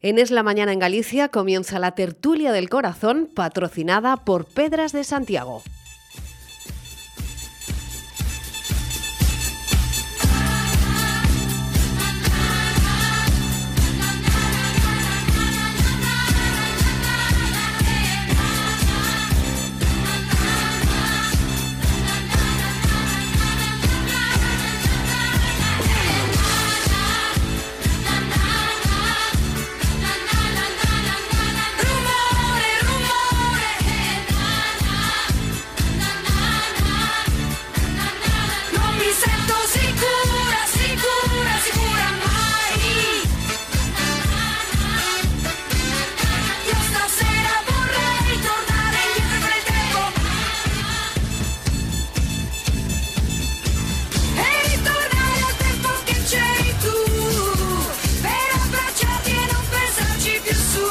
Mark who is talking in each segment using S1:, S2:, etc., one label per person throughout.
S1: En Es la Mañana en Galicia comienza la tertulia del corazón patrocinada por Pedras de Santiago.
S2: Non mi sento sicura, sicura, sicura mai Io stasera vorrei tornare indietro nel tempo E ritornare al tempo che c'eri tu Per abbracciarti e non pensarci più su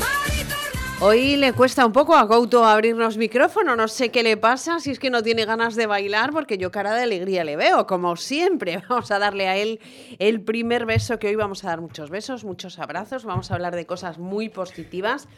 S2: Ma ritornare
S1: Hoy le cuesta un poco a Couto abrirnos micrófono, no sé qué le pasa, si es que no tiene ganas de bailar, porque yo cara de alegría le veo, como siempre. Vamos a darle a él el primer beso, que hoy vamos a dar muchos besos, muchos abrazos, vamos a hablar de cosas muy positivas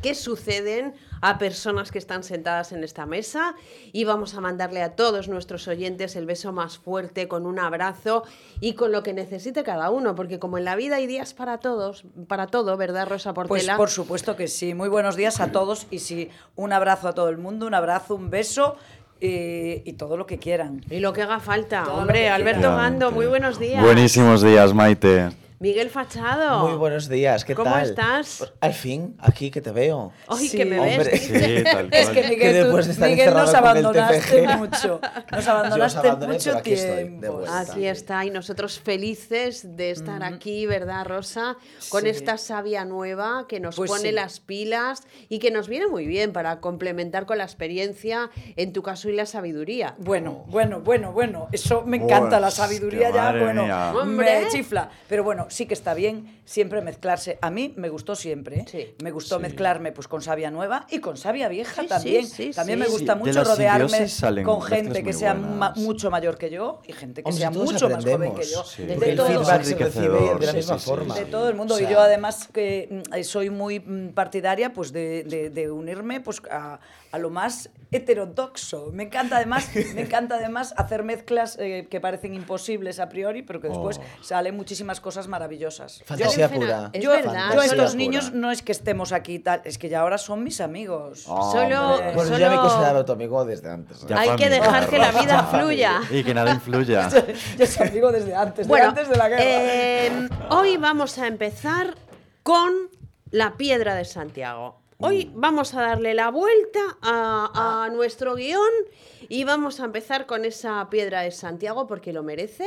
S1: que suceden a personas que están sentadas en esta mesa y vamos a mandarle a todos nuestros oyentes el beso más fuerte con un abrazo y con lo que necesite cada uno, porque como en la vida hay días para todos, para todo, ¿verdad, Rosa
S3: Pues
S1: Portela?
S3: por supuesto que sí. Muy buenos días a todos y sí, un abrazo a todo el mundo, un abrazo, un beso eh, y todo lo que quieran.
S1: Y lo que haga falta.
S3: Todo lo
S1: Hombre,
S3: que
S1: Alberto
S4: quieras.
S1: Gando, muy buenos días.
S4: Buenísimos días, Maite.
S1: Miguel Fachado.
S5: Muy buenos días, ¿qué
S1: ¿Cómo
S5: tal?
S1: estás?
S5: Pues, Al fin, aquí que te veo.
S1: Ay,
S3: Sí,
S1: que me ves.
S5: hombre.
S1: dice.
S4: Sí, tal cual.
S3: Es que Miguel, tú-
S5: después de estar
S3: Miguel nos
S5: encerrado con el
S3: abandonaste
S5: TFG.
S3: mucho. Nos
S5: Yo os
S3: abandonaste
S5: abandoné,
S3: mucho
S5: pero aquí estoy, de
S3: tiempo. Ah,
S5: vuelta.
S1: Así está, y nosotros felices de estar aquí, ¿verdad, Rosa? Con
S3: Sí.
S1: esta savia nueva que nos
S3: Pues
S1: pone
S3: sí.
S1: las pilas y que nos viene muy bien para complementar con la experiencia, en tu caso, y la sabiduría.
S3: Bueno, bueno, bueno, bueno. Eso me encanta, la
S4: Pues,
S3: sabiduría
S4: que
S3: ya,
S4: madre
S3: bueno,
S4: mía.
S1: Hombre.
S3: me chifla. Pero bueno, sí que está bien siempre mezclarse. A mí me gustó siempre. ¿eh?
S1: Sí.
S3: Me gustó mezclarme pues con sabia nueva y con sabia vieja
S1: Sí, sí,
S3: también.
S1: sí,
S3: también
S1: sí.
S3: me gusta
S4: Sí, de
S3: mucho
S4: la
S3: rodearme
S4: simbiosis salen
S3: con
S4: mezclas
S3: gente que
S4: muy
S3: sea
S4: buenas.
S3: ma- mucho mayor que yo y gente que
S5: Hombre,
S3: sea
S5: todos
S3: mucho más joven que yo.
S5: aprendemos,
S4: sí.
S3: De,
S4: Porque
S5: el
S3: todos
S5: feedback
S4: los-
S5: se recibe de la
S4: Sí,
S5: misma
S4: sí, sí,
S5: forma.
S3: de todo el mundo.
S5: O sea,
S3: y yo además que mm, eh, soy muy mm, partidaria pues de, de- de unirme pues a, a lo más heterodoxo. Me encanta además, me encanta además hacer mezclas eh, que parecen imposibles a priori, pero que después
S5: Oh.
S3: salen muchísimas cosas maravillosas.
S5: Fantasía
S1: Yo-
S5: pura.
S1: Es
S3: yo,
S1: verdad,
S3: yo
S1: son
S3: a estos
S1: los-
S3: niños no es que estemos aquí y tal, es que ya ahora son mis amigos.
S5: Ah.
S1: solo-
S4: hombre.
S5: Bueno, ya me
S1: solo-
S5: consideraba tu amigo desde antes. ¿eh?
S4: Ya
S1: Hay que
S4: familia,
S1: dejar que la
S4: Rosa.
S1: vida fluya.
S4: Y que nada influya.
S3: Yo soy amigo desde antes,
S1: Bueno,
S3: desde antes de la guerra.
S1: eh, hoy vamos a empezar con la piedra de Santiago. Hoy
S3: Mm.
S1: vamos a darle la vuelta a, a nuestro guión y vamos a empezar con esa piedra de Santiago porque lo merece.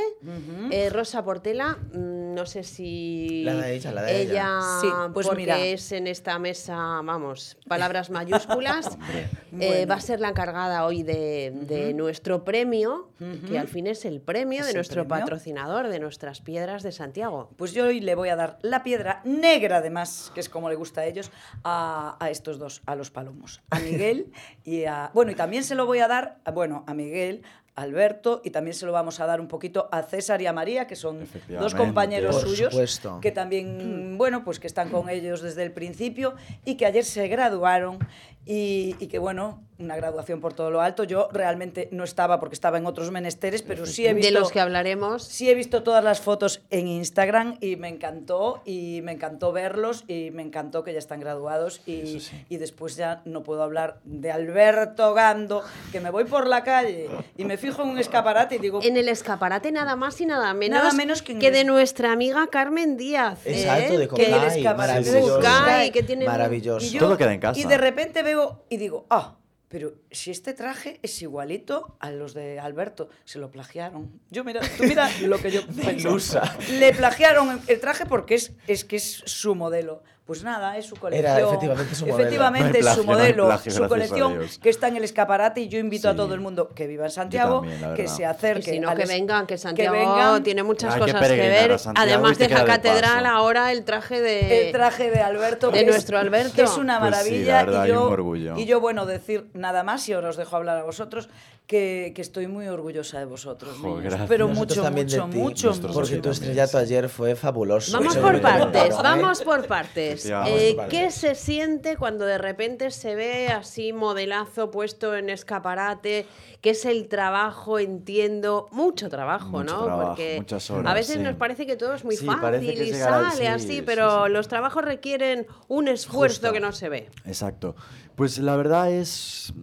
S1: Eh, Rosa Portela, mm, no sé si
S5: La de ella, la de ella.
S3: Sí, pues
S1: porque
S3: mira.
S1: es en esta mesa, vamos, palabras mayúsculas, eh,
S3: Bueno.
S1: va a ser la encargada hoy de, de nuestro premio, que al fin es el premio
S3: Es
S1: de
S3: el
S1: nuestro
S3: premio.
S1: patrocinador de nuestras piedras de Santiago.
S3: Pues yo hoy le voy a dar la piedra negra, además, que es como le gusta a ellos, a, a estos dos, a los palomos, a Miguel y a... Bueno, y también se lo voy a dar, a- bueno, a Miguel, a Alberto, y también se lo vamos a dar un poquito a César y a María, que son dos
S4: Efectivamente.
S3: compañeros
S5: Por
S3: suyos,
S5: supuesto.
S3: que
S1: Mm.
S3: también, bueno, pues que están con ellos desde el principio y que ayer se graduaron y, y que, bueno, una graduación por todo lo alto. Yo realmente no estaba porque estaba en otros menesteres, pero sí he visto...
S1: De los que hablaremos.
S3: Sí he visto todas las fotos en Instagram y me encantó y me encantó verlos y me encantó que ya están graduados y, y después ya no puedo hablar de Alberto Gando, que me voy por la calle y me fijo en un escaparate y digo,
S1: En el escaparate nada más y nada menos,
S3: Nada menos que en el-
S1: de nuestra amiga Carmen Díaz. ¿eh?
S5: Exacto, de
S1: Que-
S3: él
S5: Cocay,
S3: es capaz de
S5: maravilloso.
S1: Cocay, que tiene-
S5: Maravilloso.
S3: y
S4: Todo queda en casa.
S3: Y de repente veo y digo, ah, pero si este traje es igualito a los de Alberto, se lo plagiaron. Yo mira, tú mira lo que yo pensé.
S5: ilusa.
S3: Le plagiaron el traje porque es, es que es su modelo. Pues nada, es su colección.
S5: efectivamente, su modelo.
S3: Efectivamente,
S4: No hay
S3: es su
S4: plagio, no hay
S3: modelo,
S4: plagio,
S3: su
S4: gracias a
S3: colección
S4: Dios.
S3: que está en el escaparate y yo invito a
S4: Sí.
S3: todo el mundo que viva en Santiago,
S4: también, la
S3: que
S4: verdad.
S3: se
S1: Y
S3: acerque.
S1: si no,
S3: al
S1: que
S3: es-
S1: vengan, que Santiago
S3: vengan.
S1: tiene muchas
S4: Hay que
S1: cosas que,
S4: peregrinar a
S1: ver.
S4: Santiago y
S1: Además
S4: te
S1: de la
S4: queda de
S1: catedral,
S4: paso.
S1: ahora el traje de...
S3: el traje de Alberto
S1: Eh, de
S3: que es-
S1: nuestro Alberto.
S3: que es una
S4: Pues sí, la
S3: maravilla
S4: verdad,
S3: y,
S4: y
S3: yo,
S4: un orgullo.
S3: y yo bueno decir nada más y ahora os dejo hablar a vosotros que, que estoy muy orgullosa de vosotros
S4: Jo,
S3: niños.
S4: gracias.
S3: pero
S5: Nosotros
S3: mucho
S5: también de
S3: mucho
S5: ti,
S3: mucho
S4: Nosotros
S5: Porque
S4: aquí
S5: tu
S4: también,
S5: estrellato ayer fue fabuloso.
S1: Vamos
S5: Eso
S1: por
S5: me lo
S1: partes,
S5: recordaron,
S1: vamos
S5: ¿eh?
S1: por partes.
S4: Sí, vamos
S1: Eh,
S5: por
S1: ¿Qué
S5: partes.
S1: se siente cuando de repente se ve así modelazo puesto en escaparate? ¿Qué es el trabajo? Entiendo, mucho trabajo,
S4: Mucho
S1: ¿no?
S4: trabajo,
S1: Porque
S4: muchas horas,
S1: a veces
S4: sí.
S1: nos parece que todo es muy
S4: Sí, parece
S1: fácil
S4: que
S1: y
S4: es llegar al-
S1: sale
S4: sí,
S1: así,
S4: sí,
S1: pero
S4: sí.
S1: los trabajos requieren un esfuerzo
S4: Justo.
S1: que no se ve.
S4: Exacto. Pues la verdad es.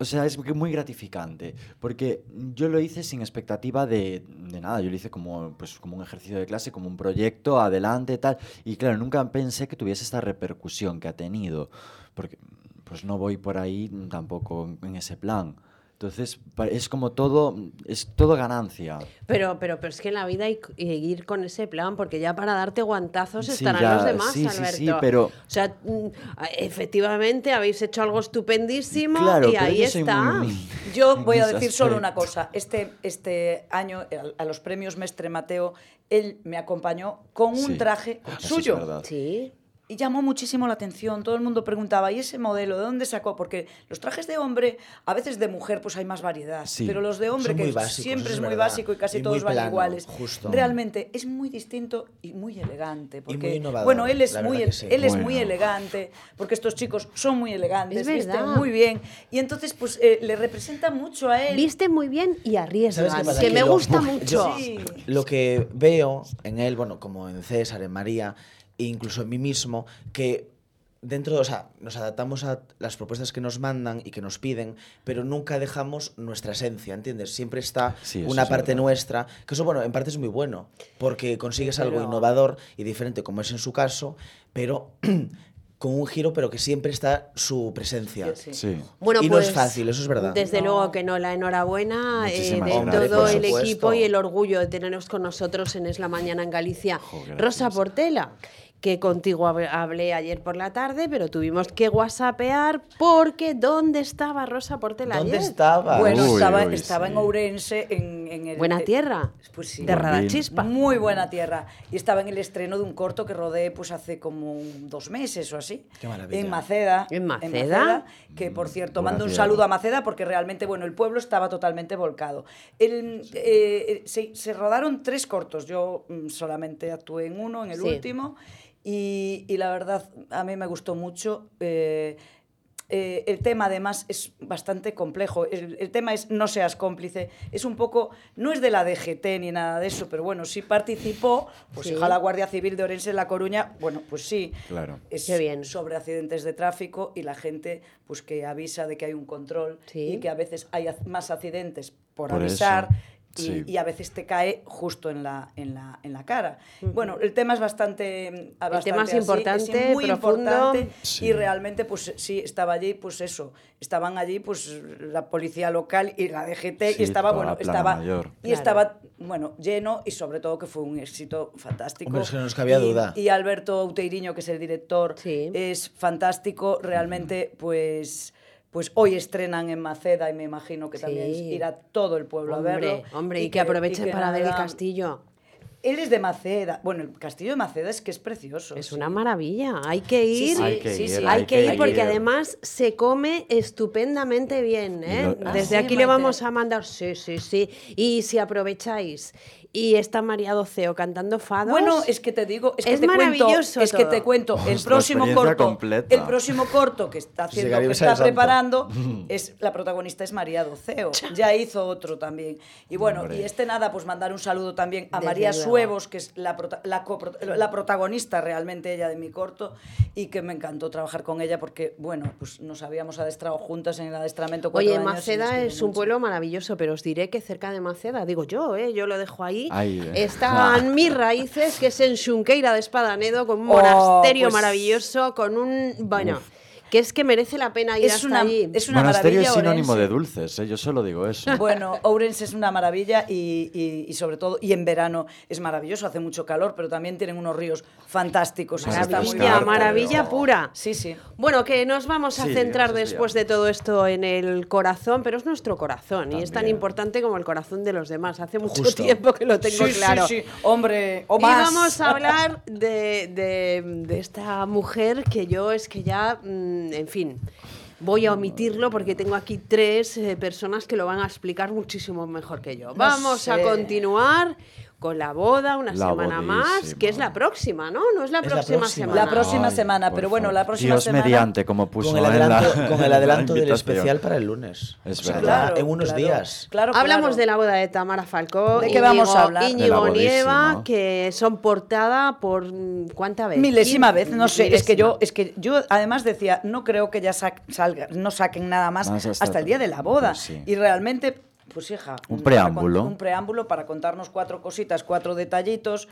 S4: O sea, es que muy gratificante, porque yo lo hice sin expectativa de, de nada, yo lo hice como, pues, como un ejercicio de clase, como un proyecto, adelante, tal, y claro, nunca pensé que tuviese esta repercusión que ha tenido, porque pues no voy por ahí tampoco en- en ese plan. Entonces, pa- es como todo, es todo ganancia.
S1: Pero, pero, pero es que en la vida hay que ir con ese plan, porque ya para darte guantazos
S4: Sí,
S1: estarán
S4: ya,
S1: los demás,
S4: sí, sí,
S1: Alberto.
S4: sí, pero-
S1: O sea, mm, a- efectivamente habéis hecho algo estupendísimo
S4: Claro,
S1: y
S4: pero
S1: ahí
S4: yo soy
S1: está.
S4: muy humilde.
S3: Yo voy a
S4: En ese
S3: decir solo una
S4: aspecto.
S3: cosa. Este, este año, el- a los premios Mestre Mateo, él me acompañó con un
S4: Sí, Ah,
S3: traje
S4: eso es
S3: suyo.
S4: verdad.
S1: Sí.
S3: Y llamó muchísimo la atención, todo el mundo preguntaba, ¿y ese modelo de dónde sacó? Porque los trajes de hombre, a veces de mujer pues hay más variedad,
S4: Sí.
S3: pero los de hombre
S5: Son
S3: que
S5: muy básicos,
S3: siempre
S5: eso
S3: es
S5: es
S3: muy
S5: verdad.
S3: básico y casi
S5: Y muy
S3: todos van
S5: plano,
S3: iguales.
S5: justo.
S3: Realmente es muy distinto y muy elegante, porque
S5: muy innovador,
S3: bueno, él es
S5: la
S3: muy
S5: verdad
S3: el-
S5: que sí.
S3: él es muy
S4: Bueno.
S3: elegante, porque estos chicos son muy elegantes,
S1: Es
S3: visten
S1: verdad.
S3: muy bien y entonces pues eh, le representa mucho a él.
S1: Viste muy bien y
S5: ¿Sabes qué
S1: arriesgas,
S5: pasa?
S1: que
S5: Que
S1: me
S5: lo-
S1: gusta
S5: yo-
S1: mucho.
S3: Sí.
S5: Lo que veo en él, bueno, como en César, en María, e incluso en mí mismo, que dentro, o sea, nos adaptamos a las propuestas que nos mandan y que nos piden, pero nunca dejamos nuestra esencia, ¿entiendes? Siempre está
S4: Sí, eso
S5: una
S4: es
S5: parte
S4: verdad.
S5: nuestra, que eso, bueno, en parte es muy bueno, porque consigues algo
S1: pero-
S5: innovador y diferente, como es en su caso, pero con un giro, pero que siempre está su presencia.
S3: Sí, sí.
S4: Sí.
S1: Bueno,
S5: y no
S1: pues,
S5: es fácil, eso es verdad.
S1: Desde
S3: No.
S1: luego que no, la enhorabuena eh,
S4: Muchísimas
S1: de
S4: gracias.
S1: todo
S4: Hombre, por
S1: el
S5: supuesto.
S1: equipo y el orgullo de teneros con nosotros en Es la Mañana en Galicia.
S4: Jo, gracias.
S1: Rosa Portela, que contigo hab- hablé ayer por la tarde, pero tuvimos que whatsappear porque ¿dónde estaba Rosa Portela
S5: ¿Dónde
S1: ayer?
S5: estaba?
S3: Bueno,
S4: Uy,
S3: estaba,
S4: uy,
S3: estaba en
S4: sí.
S3: Ourense, en, en el...
S1: Buena
S3: eh,
S1: tierra.
S3: Pues sí.
S1: De
S4: Buen
S1: Radachispa.
S3: Muy buena tierra. Y estaba en el estreno de un corto que rodé pues hace como un- dos meses o así.
S5: Qué maravilla.
S3: En Maceda.
S1: En Maceda.
S3: que por cierto,
S4: buena
S3: mando un
S4: tierra.
S3: saludo a Maceda porque realmente, bueno, el pueblo estaba totalmente volcado. El, eh, eh, se, se rodaron tres cortos. Yo mm, solamente actué en uno, en el
S1: Sí.
S3: último. Y, y la verdad, a mí me gustó mucho. eh, eh, el tema además es bastante complejo. El, el tema es no seas cómplice. Es un poco, no es de la DGT ni nada de eso, pero bueno, sí participó, pues
S1: Sí.
S3: ojalá la Guardia Civil de Orense en La Coruña, bueno, pues sí.
S4: Claro.
S3: Es
S1: Qué bien.
S3: sobre accidentes de tráfico y la gente pues que avisa de que hay un control
S1: Sí.
S3: y que a veces hay ac- más accidentes por,
S4: Por
S3: avisar.
S4: eso,
S3: Y,
S4: sí.
S3: y a veces te cae justo en la, en la, en la cara. Bueno, el tema es bastante... El
S1: tema es importante,
S3: muy
S1: profundo.
S3: importante
S4: Sí.
S3: y realmente pues sí estaba allí pues eso estaban allí pues la policía local y la DGT y
S4: Sí,
S3: estaba
S4: toda
S3: bueno
S4: la plana
S3: estaba
S4: mayor.
S3: y
S1: Claro.
S3: estaba bueno lleno y sobre todo que fue un éxito fantástico
S5: Hombre, es que no nos cabía
S3: Y-
S5: duda.
S3: y Alberto Uteiriño que es el director
S1: Sí.
S3: es fantástico realmente pues pues hoy estrenan en Maceda y me imagino que también
S1: Sí.
S3: irá todo el pueblo a verlo
S1: Hombre, hombre, y, que, aproveches
S3: y que
S1: para ver el
S3: nada,
S1: castillo.
S3: él es de Maceda bueno el castillo de Maceda es que es precioso
S1: Es
S3: sí.
S1: una maravilla, hay que
S3: Sí,
S1: ir.
S3: sí,
S4: Hay que
S3: sí,
S4: ir,
S3: sí.
S1: Hay que ir
S4: ir.
S1: porque además se come estupendamente bien.
S4: Y
S1: ¿eh?
S4: lo- Ah,
S1: Desde
S3: sí,
S1: aquí le
S3: Maite.
S1: vamos a mandar, sí, sí, sí. Y si aprovecháis y está María Doceo cantando fados.
S3: Bueno, es que te digo, es que
S1: Es
S3: te cuento,
S1: maravilloso
S3: es que
S1: todo.
S3: te cuento, el
S4: Ostras,
S3: próximo
S4: experiencia
S3: corto,
S4: completa.
S3: el próximo corto que está haciendo,
S5: Llegaría
S3: que
S5: a ser
S3: está
S5: santo.
S3: preparando, es la protagonista es María Doceo. Ya hizo otro también. Y bueno,
S4: Hombre.
S3: y este nada, pues mandar un saludo también a
S1: Desde
S3: María
S1: luego.
S3: Suevos, que es la, prota- la, copro- la protagonista realmente ella de mi corto y que me encantó trabajar con ella porque bueno, pues nos habíamos adestrado juntas en el adestramiento cuatro
S1: Oye,
S3: años y nos
S1: Maceda
S3: quedó
S1: es un
S3: mucho.
S1: pueblo maravilloso, pero os diré que cerca de Maceda, digo yo, ¿eh? yo lo dejo ahí,
S4: Ahí, eh.
S1: están mis raíces, que es en Xunqueira de Espadanedo, con un
S3: Oh,
S1: monasterio
S3: pues-
S1: maravilloso, con un... Bueno,
S4: Uf.
S1: que es que merece la pena ir
S3: Es
S1: hasta
S3: una,
S1: allí.
S3: es una
S4: Monasterio
S3: maravilla.
S4: es sinónimo
S3: Ourense.
S4: de dulces, ¿eh? yo solo digo eso.
S3: Bueno, Ourense es una maravilla y, y- y sobre todo, y en verano es maravilloso, hace mucho calor, pero también tienen unos ríos fantásticos. así está muy
S1: Maravilla,
S3: bien.
S1: maravilla pura.
S3: Sí, sí.
S1: Bueno, que nos vamos a
S4: Sí,
S1: centrar
S4: eso sí,
S1: después
S4: ya.
S1: de todo esto en el corazón, pero es nuestro corazón y es tan
S4: También.
S1: importante como el corazón de los demás. Hace mucho
S5: Justo.
S1: tiempo que lo tengo
S3: Sí, sí,
S1: claro.
S3: sí. Hombre, o
S1: Y
S3: más.
S1: vamos a hablar de, de- de esta mujer que yo es que ya, mm, en fin, voy a omitirlo porque tengo aquí tres eh, personas que lo van a explicar muchísimo mejor que yo. Vamos a
S3: sé.
S1: continuar con la boda una
S4: La
S1: semana más,
S4: bodísima.
S1: que es la próxima, ¿no? No es la
S5: Es la
S1: próxima,
S5: próxima.
S1: semana.
S3: La próxima
S4: Ay,
S3: semana,
S4: por
S3: pero bueno,
S4: favor.
S3: la próxima
S4: Dios
S3: semana.
S4: mediante, como puso
S5: Con el
S4: en la-
S5: adelanto, con el
S4: la
S5: adelanto del
S4: invitación.
S5: especial para el lunes.
S4: Es
S5: O sea,
S4: verdad.
S5: ya en unos días.
S3: Claro,
S1: Hablamos
S3: claro.
S1: de la boda de Tamara Falcó.
S3: ¿De qué vamos a hablar?
S4: De la
S1: Íñigo
S4: bodísima.
S1: Nieva, que son portada por mm, cuánta vez.
S3: Milésima
S1: Quin-
S3: vez, no sé, es que
S1: milésima.
S3: yo, es que yo además decía, no creo que ya sa- salga, no saquen nada más,
S4: Más
S3: hasta,
S4: hasta-
S3: el día de la boda.
S4: pues sí.
S3: Y realmente, pues hija, para
S4: Un
S3: cont-
S4: preámbulo.
S3: un preámbulo para contarnos cuatro cositas, cuatro detallitos.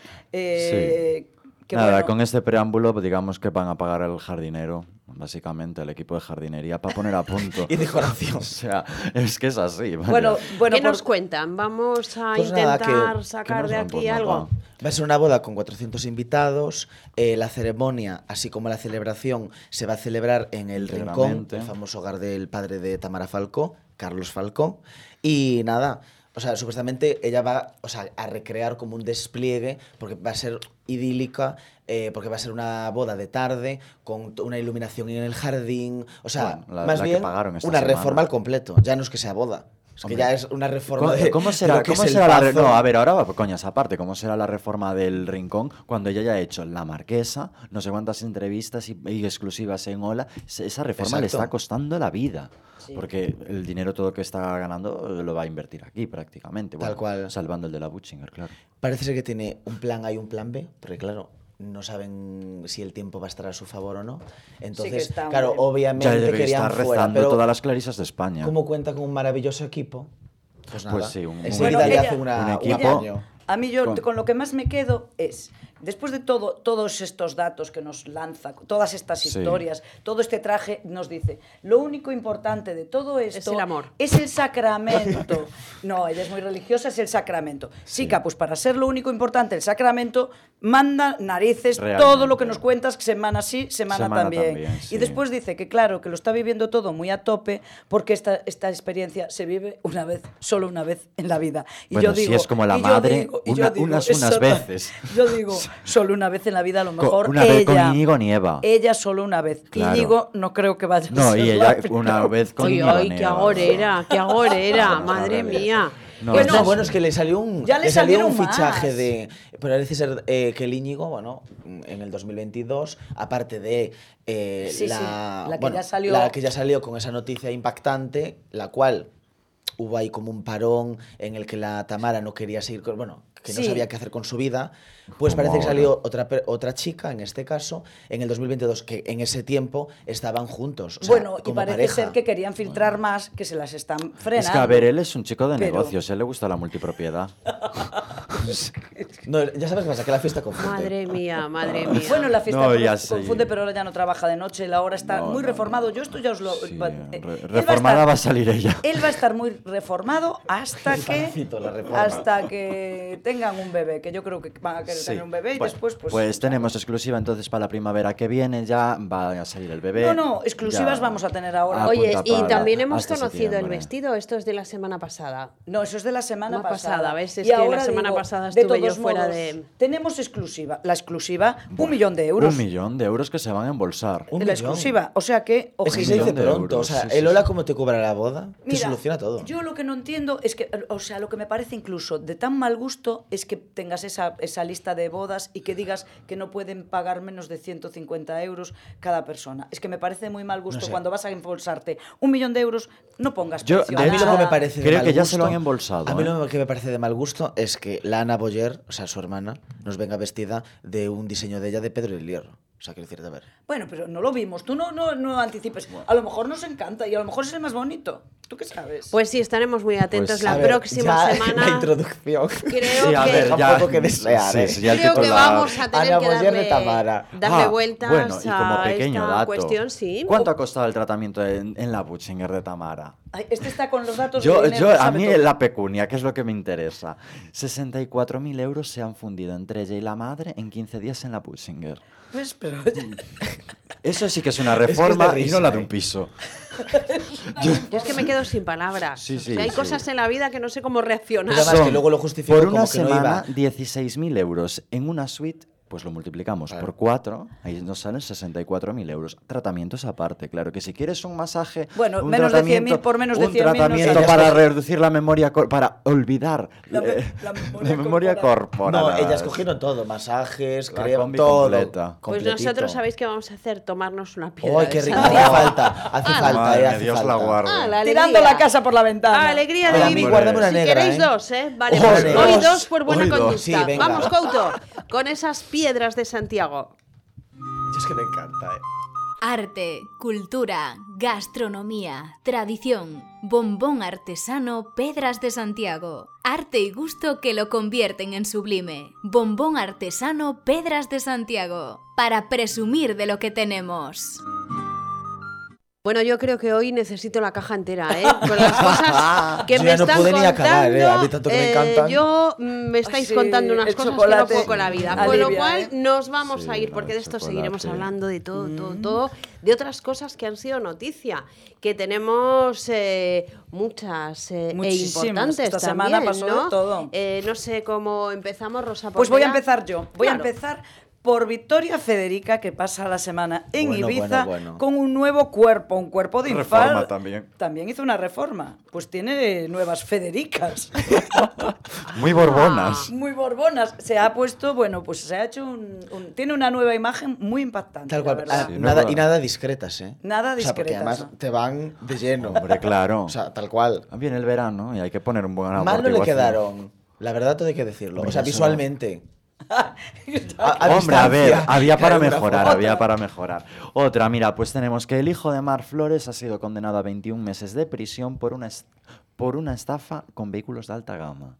S3: eh, que
S4: Nada,
S3: bueno,
S4: con este preámbulo digamos que van a pagar al jardinero, básicamente al equipo de jardinería, para poner a punto.
S5: Y decoración.
S4: O sea, es que es así. vaya.
S3: bueno, bueno,
S1: ¿Qué
S3: por-
S1: nos cuentan? Vamos a
S5: Pues nada,
S1: intentar
S5: que- que
S1: sacar
S4: nos
S1: de
S4: dan por
S1: aquí
S4: nada.
S1: algo.
S5: Va a ser una boda con 400 invitados. eh, la ceremonia, así como la celebración, se va a celebrar en el Rincón,
S4: Íntegramente.
S5: el famoso hogar del padre de Tamara Falcó, Carlos Falcó. Y nada, o sea, supuestamente ella va o sea, a recrear como un despliegue, porque va a ser idílica, eh, porque va a ser una boda de tarde, con t- una iluminación en el jardín. O sea,
S4: Bueno, la-
S5: más
S4: la que
S5: bien,
S4: pagaron esta
S5: una
S4: semana.
S5: reforma al completo. Ya no es que sea boda. Es que
S4: Hombre.
S5: ya es una reforma
S4: ¿Cómo,
S5: de-
S4: cómo
S5: de
S4: será,
S5: lo que
S4: cómo
S5: es el
S4: será la re-
S5: pazo.
S4: No, a ver, ahora va por coñas aparte. ¿Cómo será la reforma del rincón cuando ella haya hecho la marquesa, no sé cuántas entrevistas y, y exclusivas en Ola? Se- Esa reforma le está
S5: Exacto.
S4: costando la vida. Porque el dinero todo que está ganando eh, lo va a invertir aquí prácticamente.
S5: Tal
S4: bueno,
S5: cual.
S4: Salvando el de la Butchinger, claro.
S5: Parece ser que tiene un plan A y un plan B, porque claro, no saben si el tiempo va a estar a su favor o no. Entonces,
S3: está
S5: claro,
S3: muy-
S4: Ya
S5: obviamente
S4: debe
S5: querían
S4: estar
S5: fuera,
S4: rezando
S5: pero
S4: todas las clarisas de España.
S5: como cuenta con un maravilloso equipo, pues nada.
S4: Pues sí, un-
S5: enseguida
S3: Bueno,
S5: le
S3: ella-
S5: hace una,
S4: un
S5: un
S4: equipo.
S5: apaño.
S3: A mí yo
S4: Con-
S3: con... lo que más me quedo es, después de todo, todos estos datos que nos lanza, todas estas
S4: Sí.
S3: historias, todo este traje nos dice, lo único importante de todo esto
S1: Es el amor.
S3: es el sacramento. no, ella es muy religiosa, es el sacramento. Chica, pues para ser lo único importante el sacramento, manda narices todo lo que
S4: Realmente.
S3: nos cuentas semana sí, semana,
S4: Semana
S3: también.
S4: también, sí.
S3: Y después dice que claro, que lo está viviendo todo muy a tope porque esta, esta experiencia se vive una vez, solo una vez en la vida. Y
S4: Bueno,
S3: yo
S4: si
S3: digo,
S4: es como la
S3: y yo
S4: madre,
S3: digo- y yo
S4: una-
S3: digo,
S4: unas-
S3: es
S4: unas
S3: solo-
S4: veces.
S3: Yo digo, solo una vez en la vida a lo
S4: Co-
S3: mejor
S4: una
S3: ella.
S4: vez con Íñigo Nieva.
S3: Ella solo una vez.
S4: Claro.
S3: Íñigo no creo que vaya a
S4: No,
S3: ser
S4: y
S3: la
S4: ella
S3: primera.
S4: una vez con
S1: Oye,
S4: Íñigo
S1: ay, qué
S4: Nieva.
S1: agorera, qué agorera,
S4: No,
S1: madre
S4: no,
S1: mía.
S4: no,
S5: Pues
S1: bueno,
S5: No, bueno, es que le salió un,
S3: Ya le
S5: salió un
S3: salieron más.
S5: fichaje de... Pero parece ser eh, que el Íñigo, bueno, en el 2022, aparte de eh,
S3: Sí, sí,
S5: la,
S3: la que
S5: bueno,
S3: ya salió-
S5: la que ya salió con esa noticia impactante, la cual hubo ahí como un parón en el que la Tamara no quería seguir con... Bueno, que no
S3: Sí.
S5: sabía qué hacer con su vida, pues
S4: Como
S5: parece que
S4: ahora.
S5: salió otra, per- otra chica, en este caso, en el 2022, que en ese tiempo estaban juntos. o sea,
S3: bueno, y
S5: como
S3: parece
S5: pareja.
S3: ser que querían filtrar más, que se las están frenando.
S4: Es que, a ver, él es un chico de
S3: Pero-
S4: negocios, a él le gusta la multipropiedad.
S5: No, ya sabes qué pasa, que la fiesta confunde.
S1: madre mía, madre mía.
S3: Bueno, la fiesta
S4: No,
S3: con-
S4: ya sé.
S3: confunde, pero ahora ya no trabaja de noche, la hora está
S4: No,
S3: muy
S4: no,
S3: reformado.
S4: no.
S3: Yo esto ya os lo...
S4: Sí,
S3: va-
S4: re-
S3: eh, él va a
S4: reformada
S3: estar-
S4: va a salir ella.
S3: Él va a estar muy reformado hasta que
S5: Facilito la reforma.
S3: hasta que tengan un bebé, que yo creo que van a querer
S4: Sí.
S3: tener un bebé y
S4: Bueno,
S3: después pues
S4: tenemos exclusiva entonces para la primavera que viene, ya va a salir el bebé.
S3: No, no, exclusivas vamos a tener ahora.
S1: Oye,
S4: apunta
S1: y
S4: para-
S1: también hemos
S4: hasta
S1: conocido el
S4: septiembre.
S1: vestido, esto es de la semana pasada.
S3: No, eso es de la semana
S1: Semana pasada,
S3: pasada.
S1: ¿ves? Es
S3: Y
S1: que la
S3: ahora
S1: semana
S3: digo,
S1: pasada
S3: de
S1: estuve yo
S3: todos
S1: fuera
S3: modos,
S1: de-
S3: Tenemos exclusiva, la exclusiva, un
S4: Buah,
S3: millón de euros.
S4: Un millón de euros que se van a embolsar.
S5: Un
S3: la
S5: millón.
S3: exclusiva, o sea que,
S5: Es que
S3: ojito.
S5: se dice
S4: millón de
S5: pronto,
S4: euros,
S5: o sea,
S4: sí, sí,
S5: el hola
S4: sí.
S5: como te cobra la boda, te
S3: Mira,
S5: soluciona todo.
S3: Yo lo que no entiendo es que, o sea, lo que me parece incluso de tan mal gusto es que tengas esa, esa lista de bodas y que digas que no pueden pagar menos de 150 euros cada persona. Es que me parece muy mal gusto
S5: sé.
S3: cuando vas a embolsarte un millón de euros, no pongas
S4: Yo,
S3: precio
S5: a
S4: de
S3: a
S5: mí
S4: hecho,
S5: lo
S3: nada.
S5: que me parece de
S4: creo
S5: mal
S4: que ya se lo
S5: gusto-
S4: han embolsado,
S5: A mí
S4: ¿eh?
S5: lo que me parece de mal gusto es que la Ana Boyer, o sea, su hermana, nos venga vestida de un diseño de ella de Pedro del Hierro. O O sea, quiero decirte, a ver.
S3: Bueno, pero no lo vimos. Tú no, no, no anticipes. A lo mejor nos encanta y a lo mejor es el más bonito. ¿Tú qué sabes?
S1: Pues sí, estaremos muy atentos
S4: Pues,
S1: la
S5: A ver,
S1: próxima
S5: ya
S1: semana.
S5: La introducción.
S1: Creo
S4: Sí, a
S1: que-
S4: ver, ya.
S5: Tampoco que desear,
S4: Sí,
S5: ¿eh?
S4: sí, ya el
S1: Creo
S4: título
S1: que
S4: la-
S1: vamos a tener
S5: Ana
S1: que
S5: Boyer de
S1: darle,
S5: Tamara.
S1: darle
S4: Ah,
S1: vueltas
S4: bueno, y como
S1: a
S4: pequeño
S1: esta
S4: dato,
S1: cuestión, sí.
S4: ¿Cuánto ha costado el tratamiento en, en la Buchinger de Tamara?
S3: Ay, este está con los datos.
S4: Yo,
S3: de dinero,
S4: yo, a
S3: sabe
S4: mí
S3: todo.
S4: la pecunia, que es lo que me interesa. 64.000 euros se han fundido entre ella y la madre en 15 días en la Buchinger.
S3: Pues, pero...
S4: Eso sí que es una
S5: que es de
S4: reforma y
S5: risa,
S4: no la de
S5: ¿eh?
S4: un piso.
S1: Yo es que me quedo sin palabras.
S4: Sí,
S1: O
S4: sí,
S1: sea, hay
S4: sí.
S1: cosas en la vida que no sé cómo reaccionar.
S5: Además, que luego lo justificó
S4: por
S5: como
S4: una
S5: que no iba.
S4: semana, 16.000 euros en una suite, pues lo multiplicamos
S5: Claro.
S4: por 4, ahí nos salen 64.000 euros. Tratamientos aparte, claro, que si quieres un masaje,
S3: Bueno,
S4: un
S3: menos de 100.000
S4: tratamiento-
S3: por menos de
S4: un
S3: 100.000 no
S4: tratamiento
S5: sé.
S4: para
S5: Ellas-
S4: reducir la memoria, cor- para olvidar
S3: La me-
S4: eh,
S3: la
S4: la
S3: memoria
S4: memoria,
S3: corporal.
S4: corporal.
S5: No, ellas cogieron todo, masajes,
S4: La
S5: crema,
S4: combi
S5: todo.
S4: completa.
S1: Pues
S5: completito.
S1: nosotros sabéis que vamos a hacer tomarnos una piedra.
S5: ¡Ay,
S1: de
S5: qué rico! Ah,
S1: sandía.
S5: Hace falta, hace falta,
S4: Madre
S5: eh,
S4: mía,
S5: hace
S4: Dios
S5: falta.
S4: la guarde.
S1: Ah, la alegría.
S3: Tirando la casa por la ventana.
S1: Ah, alegría
S5: Para
S1: de
S5: mí,
S1: vivir.
S5: guardame una
S1: si
S5: negra,
S1: queréis
S5: ¿eh?
S1: dos, ¿eh? Vale,
S5: Ojo,
S1: pues
S5: dos.
S1: hoy dos por buena
S4: Hoy dos.
S1: conducta.
S5: Sí, venga.
S1: Vamos, Couto, con esas piedras de Santiago.
S5: Es que me encanta, eh.
S6: Arte, cultura, gastronomía, tradición. Bombón artesano Pedras de Santiago. Arte y gusto que lo convierten en sublime. Bombón artesano Pedras de Santiago. Para presumir de lo que tenemos.
S1: Bueno, yo creo que hoy necesito la caja entera, ¿eh? Con las cosas que
S5: Yo
S1: me
S5: ya no
S1: están
S5: pude ni
S1: contando.
S5: acabar, ¿eh? A mí tanto que me
S1: eh,
S5: encantan.
S1: yo mm, me estáis
S3: Sí,
S1: contando unas
S3: el
S1: cosas que no
S3: chocolate
S1: puedo con la vida. Con
S3: alivia,
S1: lo cual,
S3: ¿eh?
S1: nos vamos
S4: Sí,
S1: a ir,
S4: la
S1: porque
S4: del
S1: de esto
S4: chocolate.
S1: seguiremos hablando de todo, todo,
S3: Mm.
S1: todo. De otras cosas que han sido noticia, que tenemos eh, muchas eh, e
S3: Muchísimas.
S1: importantes
S3: Esta
S1: también,
S3: semana pasó de
S1: ¿no?
S3: todo.
S1: Eh, no sé cómo empezamos, Rosa.
S3: Pues
S1: Portela.
S3: voy a empezar yo. Voy
S1: Claro.
S3: a empezar por Victoria Federica, que pasa la semana en
S5: Bueno,
S3: Ibiza
S5: bueno, bueno.
S3: con un nuevo cuerpo, un cuerpo de
S4: Reforma
S3: infal.
S4: también.
S3: También hizo una reforma. Pues tiene nuevas Federicas.
S4: Muy borbonas.
S3: Muy borbonas. Se ha puesto, bueno, pues se ha hecho un. un- tiene una nueva imagen muy impactante.
S5: Tal
S3: la
S5: cual.
S3: verdad.
S5: Ah,
S4: Sí, no,
S5: nada,
S4: claro.
S5: y nada discretas, ¿eh?
S3: Nada
S5: O sea, porque
S3: discretas,
S5: además
S3: ¿no?
S5: te van de lleno.
S4: Hombre, claro. Ah,
S5: O sea, tal cual.
S4: Viene el verano y hay que poner un buen
S5: Mal no le
S4: amortiguación.
S5: quedaron. La verdad, todo hay que decirlo. O
S4: Mira,
S5: sea,
S4: eso-
S5: visualmente.
S4: Hombre, a ver,
S5: distancia.
S4: había para
S5: Claro, una
S4: mejorar,
S5: foto.
S4: había para mejorar. Otra, mira, pues tenemos que el hijo de Mar Flores ha sido condenado a 21 meses de prisión por una, est- por una estafa con vehículos de alta gama.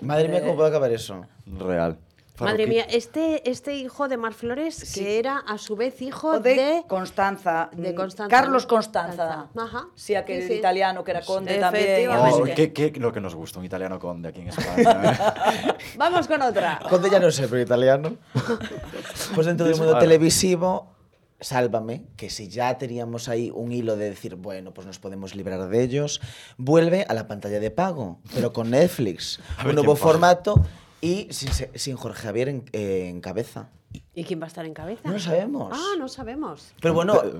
S5: Madre mía, ¿cómo puede acabar eso?
S4: Real.
S1: Madre
S4: Farruquí-
S1: mía, este, este hijo de Mar Flores, que era a su vez hijo
S3: O de,
S1: de
S3: Constanza.
S1: de
S3: mm,
S1: Constanza,
S3: Carlos
S1: ¿no?
S3: Constanza.
S1: Ajá.
S3: Sí, aquel
S1: Sí, sí.
S3: italiano que era conde también.
S1: Efectivamente.
S4: Oh, ¿qué, qué- lo que nos gusta un italiano conde aquí en España. ¿eh?
S1: Vamos con otra.
S5: Conde ya no sé, pero italiano. Pues dentro del mundo
S4: Dispara.
S5: televisivo, sálvame, que si ya teníamos ahí un hilo de decir, bueno, pues nos podemos librar de ellos, vuelve a la pantalla de pago, pero con Netflix.
S4: A ver
S5: Un
S4: quién
S5: nuevo
S4: paga.
S5: formato y sin, se- sin Jorge Javier en, eh, en cabeza.
S1: ¿Y quién va a estar en cabeza?
S5: No lo sabemos.
S1: Ah, no sabemos.
S5: Pero bueno,
S4: Ante-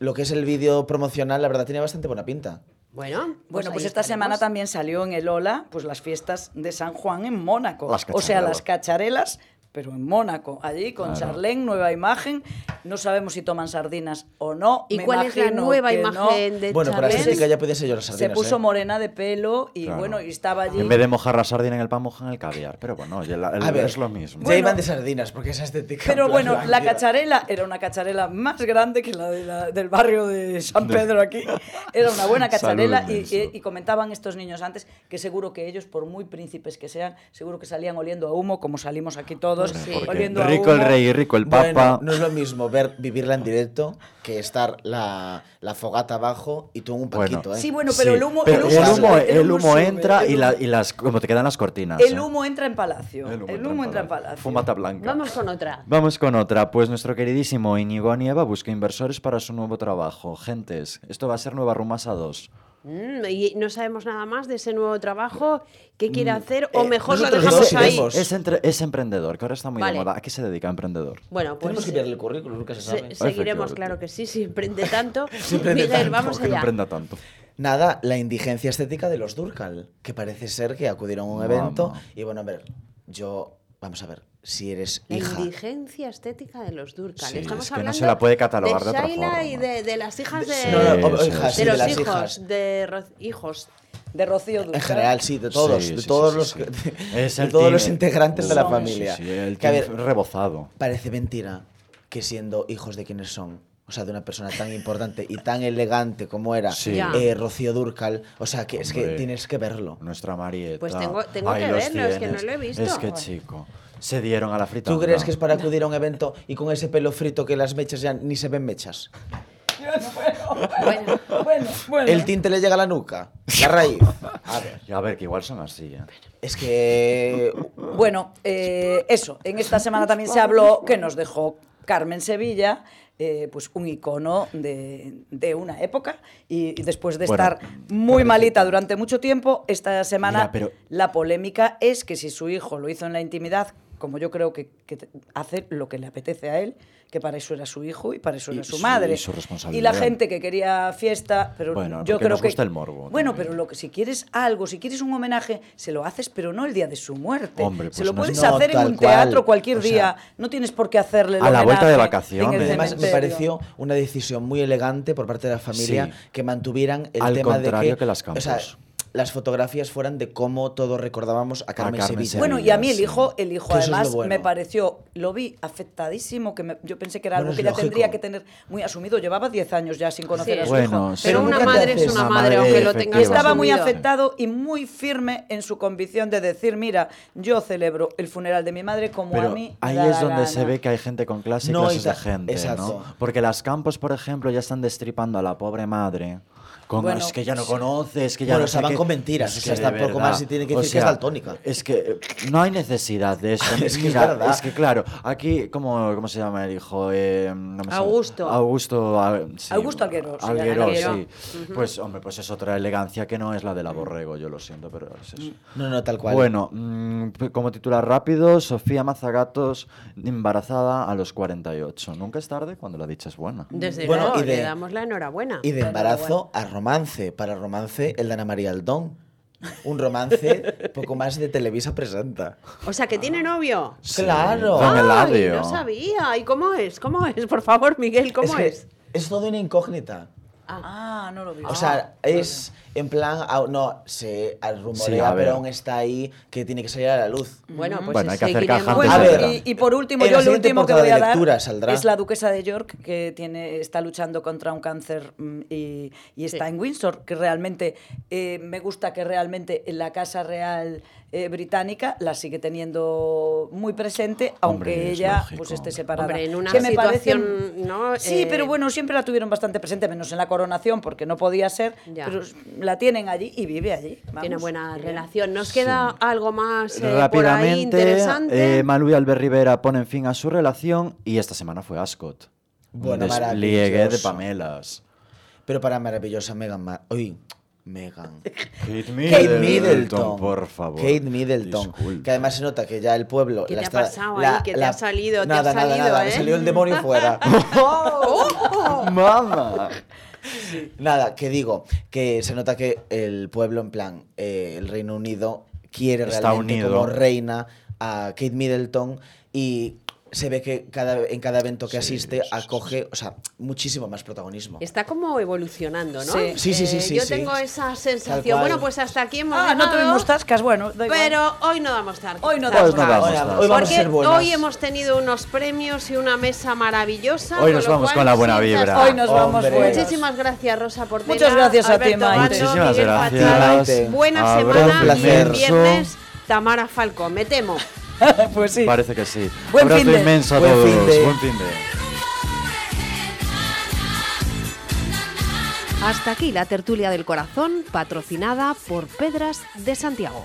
S5: lo que es el vídeo promocional, la verdad, tiene bastante buena pinta.
S1: Bueno,
S3: Bueno, pues
S1: ahí
S3: esta semana
S1: estaremos.
S3: también salió en el Ola pues las fiestas de San Juan en Mónaco.
S4: Las
S3: o sea,
S4: cacharelas.
S3: las cacharelas, pero en Mónaco, allí con
S4: Claro.
S3: Charlene, nueva imagen. No sabemos si toman sardinas o no.
S1: ¿Y
S3: me
S1: cuál es la
S3: imagino
S1: nueva
S3: que
S1: imagen
S3: no.
S1: de
S5: Bueno, para la
S1: Charlene?
S5: estética ya podía ser yo las
S3: Se
S5: sardinas,
S3: puso
S5: ¿eh?
S3: morena de pelo y
S4: Claro.
S3: bueno, y estaba allí.
S4: En vez de mojar la sardina en el pan, mojan el caviar. Pero bueno, oye, la- el-
S5: A ver,
S4: es lo mismo.
S5: Ya
S3: Bueno.
S5: iban de sardinas, porque esa estética...
S3: Pero
S5: en plan
S3: bueno, la
S5: blanqueada.
S3: cacharela era una cacharela más grande que la, de la- del barrio de San Pedro aquí. Era una buena cacharela y,
S4: Salud, eso.
S3: y- y comentaban estos niños antes que seguro que ellos, por muy príncipes que sean, seguro que salían oliendo a humo, como salimos aquí todos,
S4: Bueno,
S1: Sí.
S4: porque
S3: oliendo a
S4: rico el
S3: humo.
S4: rey, rico el
S5: Bueno,
S4: papa.
S5: no es lo mismo ver vivirla en directo que estar la, la fogata abajo y tú en un
S4: Bueno.
S5: paquito, ¿eh?
S3: Sí, bueno, pero
S4: Sí,
S3: el humo,
S4: pero el humo,
S3: sube,
S4: el humo
S3: sube,
S4: entra
S3: el
S4: y, la-
S3: humo-
S4: y las, como te quedan las cortinas.
S3: el
S4: ¿eh?
S3: humo entra en palacio. El humo, entra en palacio.
S4: Fumata blanca.
S1: Vamos con otra.
S4: Vamos con otra. Pues nuestro queridísimo Íñigo Nieva busca inversores para su nuevo trabajo. Gentes, esto va a ser Nueva Rumasa 2.
S1: Mm, y no sabemos nada más de ese nuevo trabajo. ¿Qué quiere hacer? O
S5: eh,
S1: mejor lo
S5: nosotros
S1: dejamos
S5: dos
S1: ahí.
S5: iremos.
S4: Es, entre- es emprendedor, que ahora está muy
S1: Vale.
S4: de moda. ¿A qué se dedica emprendedor?
S1: Bueno, pues
S5: Tenemos que enviarle el currículum, nunca se
S1: se-
S5: sabe.
S1: seguiremos,
S4: Efectivamente.
S1: claro que sí, si emprende tanto.
S5: emprende
S1: Miguel,
S5: tanto,
S1: vamos
S4: Que no
S1: allá.
S4: emprenda tanto.
S5: Nada, la indigencia estética de los Durcal, que parece ser que acudieron a un evento
S4: Mamá.
S5: y bueno, a ver, yo... Vamos a ver, si eres
S1: La
S5: hija...
S1: indigencia estética de los Durkal.
S4: Sí,
S1: Estamos
S4: es que no
S1: hablando
S4: se la puede catalogar de
S1: de
S4: otra
S1: Shaila
S4: forma.
S1: y de, de las hijas de,
S5: Sí, no, no, o-
S4: sí,
S5: hijas,
S4: sí,
S5: sí,
S1: de los
S5: las
S1: hijos,
S5: hijas.
S1: de ro- hijos.
S3: De Rocío Dúrcal.
S5: En general, sí, de todos,
S4: Sí,
S5: de
S4: sí,
S5: todos
S4: sí,
S5: los,
S4: sí, sí.
S5: de
S4: Es el
S5: todos los
S4: team-
S5: integrantes de la
S4: Uh,
S5: familia.
S4: Sí, sí, el
S5: que a
S4: team
S5: ver,
S4: rebozado.
S5: parece mentira que siendo hijos de quienes son. O sea, de una persona tan importante y tan elegante como era
S4: Sí.
S1: Ya.
S5: eh, Rocío Durcal. O sea, que es que
S4: Hombre.
S5: tienes que verlo.
S4: Nuestra Marieta.
S1: Pues tengo- tengo que
S4: los
S1: verlo, es que no
S4: tienes.
S1: lo he visto.
S4: Es que chico, se dieron a la frita.
S5: ¿Tú crees que es para acudir a un evento y con ese pelo frito que las mechas ya ni se ven mechas?
S3: Bueno, bueno, bueno.
S5: El tinte le llega a la nuca, la raíz. A ver,
S4: A ver, que igual son así, ¿eh?
S5: es que...
S3: Bueno, eh, eso, en esta semana también se habló que nos dejó Carmen Sevilla, eh, pues un icono de, de una época, y después de
S4: Bueno,
S3: estar muy malita durante mucho tiempo, esta semana
S4: Mira, pero-
S3: la polémica es que si su hijo lo hizo en la intimidad, como yo creo que, que te- hace lo que le apetece a él, que para eso era su hijo y para eso
S4: Y
S3: era su
S4: su-
S3: madre.
S4: y su responsabilidad.
S3: Y la gente que quería fiesta, pero
S4: Bueno,
S3: yo
S4: porque
S3: creo
S4: nos
S3: que...
S4: gusta el morbo
S3: Bueno,
S4: también.
S3: pero lo que, si quieres algo, si quieres un homenaje, se lo haces, pero no el día de su muerte muerte.
S4: Hombre,
S3: se
S4: pues
S3: lo
S4: no
S3: puedes
S5: es- No,
S3: hacer en
S5: tal
S3: un teatro
S5: cual.
S3: cualquier
S5: O sea,
S3: día. No tienes por qué hacerle el
S4: a la vuelta de
S3: homenaje en
S4: vacaciones.
S3: el
S5: Además, me
S3: cementerio.
S5: pareció una decisión muy elegante por parte de la familia
S4: Sí.
S5: que mantuvieran el
S4: Al
S5: tema de
S4: contrario
S5: que,
S4: que las
S5: o sea,
S4: Campos.
S5: las fotografías fueran de cómo todos recordábamos a Carmen,
S4: Carmen
S5: Sevilla.
S3: Bueno, y a mí el hijo, el hijo
S5: Que eso es lo
S3: además
S5: bueno.
S3: me pareció, lo vi afectadísimo, que me- yo pensé que era
S5: Bueno,
S3: algo
S5: es
S3: que ella
S5: lógico.
S3: tendría que tener muy asumido. Llevaba 10 años ya sin conocer
S1: Sí.
S3: a su
S4: Bueno,
S3: hijo.
S4: sí.
S1: Pero una
S3: ¿qué te
S1: madre es
S3: haces?
S1: una
S4: Una
S1: madre,
S4: madre
S1: aunque lo
S4: efectiva.
S1: tengas
S3: Estaba muy
S1: asumido.
S3: afectado y muy firme en su convicción de decir, mira, yo celebro el funeral de mi madre como a
S4: Pero
S3: mí me
S4: ahí
S3: da
S4: es
S3: la
S4: donde
S3: gana".
S4: se ve que hay gente con clase y
S5: No,
S4: clases de
S5: exa-
S4: gente,
S5: exacto.
S4: ¿no? Porque las campos, por ejemplo, ya están destripando a la pobre madre. Con,
S3: Bueno,
S4: es que ya no conoces, es que ya
S5: Bueno,
S4: no
S5: o
S4: sé
S5: sea, van
S4: qué".
S5: con mentiras, o sea,
S4: de
S5: tampoco
S4: verdad.
S5: más si tienen que
S4: O
S5: decir que es
S4: sea,
S5: daltónica.
S4: Es que eh, no hay necesidad de eso.
S5: Es que es
S4: Mira,
S5: verdad.
S4: es que claro, aquí, ¿cómo, cómo se llama el hijo? Eh, no me sale.
S1: Augusto.
S4: Augusto, a- sí,
S3: Augusto Alguero, sí,
S4: Alguero,
S1: Alguero.
S4: sí. Pues, hombre, pues es otra elegancia que no es la de la borrego, yo lo siento, pero es
S3: Mm.
S4: eso.
S5: No, no, tal cual.
S4: Bueno, mm, p- como titular rápido, Sofía Mazagatos embarazada a los 48. Nunca es tarde cuando la dicha es buena.
S1: Desde
S5: Bueno,
S1: luego,
S5: y de-
S1: le damos la enhorabuena.
S5: Y de embarazo a romance. Para romance, el de Ana María Aldón. Un romance poco más de Televisa presenta.
S1: O sea, que
S4: Ah.
S1: tiene novio.
S5: Claro.
S4: Don
S1: Ay,
S4: Eladio.
S1: no sabía. ¿Y cómo es? ¿Cómo es? Por favor, Miguel, ¿cómo
S5: que
S1: es?
S5: Ah, es todo una incógnita.
S3: Ah, no lo vi.
S5: O sea, es en plan, au- no, se
S4: Sí,
S5: rumorea,
S4: a ver.
S5: pero aún está ahí que tiene que salir a la luz.
S1: Bueno, pues
S4: Bueno, hay que hacer
S1: seguiremos-
S4: caja antes
S3: Bueno,
S5: A ver,
S3: y, y por último,
S5: en
S3: yo
S5: la
S3: lo
S5: siguiente
S3: último que
S5: portada
S3: voy
S5: de
S3: a dar
S5: lectura saldrá.
S3: es la duquesa de York que tiene está luchando contra un cáncer mm, y, y está en Windsor, que realmente eh, me gusta que realmente la Casa Real eh, británica la sigue teniendo muy presente, aunque
S4: Hombre, es
S3: ella
S4: lógico,
S3: pues esté
S4: hombre.
S3: separada.
S1: Hombre, en una
S3: Que me parece-
S1: situación, ¿no?
S3: Sí,
S1: Eh,
S3: pero bueno, siempre la tuvieron bastante presente, menos en la coronación porque no podía ser,
S1: Ya.
S3: pero la tienen allí y vive allí.
S1: Tiene
S3: vamos.
S1: buena
S3: Bien.
S1: relación. ¿Nos queda algo más eh, por ahí
S4: Rápidamente,
S1: interesante?
S4: eh, Malú y Albert Rivera ponen fin a su relación y esta semana fue Ascot.
S5: Bueno,
S4: un despliegue de
S5: maravilloso.
S4: Pamelas.
S5: Pero para maravillosa Megan Ma Uy, Megan.
S4: Kate
S5: Kate Middleton,
S4: por favor.
S5: Kate Middleton.
S4: Disculpa.
S5: Que además se nota que ya el pueblo.
S1: ¿Qué
S5: la
S1: te ha
S5: está-
S1: pasado
S5: la-
S1: ahí? ¿Qué te
S5: la-
S1: ha salido? ¿Te
S5: Nada,
S1: ha
S5: nada,
S1: salido,
S5: nada.
S1: eh?
S5: Me salió el demonio fuera.
S4: ¡Mamá!
S5: nada, que digo, que se nota que el pueblo, en plan, eh, el Reino Unido, quiere
S4: Está
S5: realmente
S4: unido.
S5: como reina a Kate Middleton y. Se ve que cada, en cada evento que asiste acoge, o sea, muchísimo más protagonismo.
S1: Está como evolucionando, ¿no?
S3: Sí.
S5: Sí, sí, sí,
S1: Eh,
S5: sí,
S1: Yo
S5: sí.
S1: tengo esa
S5: Tal
S1: sensación.
S5: cual.
S1: Bueno, pues hasta aquí hemos
S3: Ah, no
S1: llegado,
S3: tuvimos tascas, bueno, da igual.
S1: Pero hoy no damos tarde.
S3: Hoy no
S4: Pues
S3: damos
S4: no
S3: nada.
S4: vamos,
S5: Hola,
S4: nada.
S5: hoy vamos a
S1: Porque
S5: ser buenas.
S1: hoy hemos tenido unos premios y una mesa maravillosa.
S4: Hoy
S1: con
S4: nos
S1: lo
S4: vamos
S1: cual
S4: con la buena
S1: sientas-
S4: vibra.
S3: Hoy nos vamos
S5: Hombre.
S3: buenos.
S1: Muchísimas gracias, Rosa Portera.
S3: Muchas gracias a ti,
S1: Alberto
S3: Maite.
S1: Bando,
S4: Muchísimas
S1: Miguel
S4: gracias.
S1: Fachada.
S5: Maite.
S1: Buena
S4: Abrazo,
S5: un
S1: semana y el
S5: placer.
S1: viernes Tamara Falcón. Me temo.
S3: pues sí.
S4: Parece que sí.
S3: Buen
S4: Abrazo
S3: fin de.
S4: inmenso a
S5: Buen
S4: todos.
S5: fin de.
S4: Buen fin de.
S1: Hasta aquí la tertulia del corazón, patrocinada por Pedras de Santiago.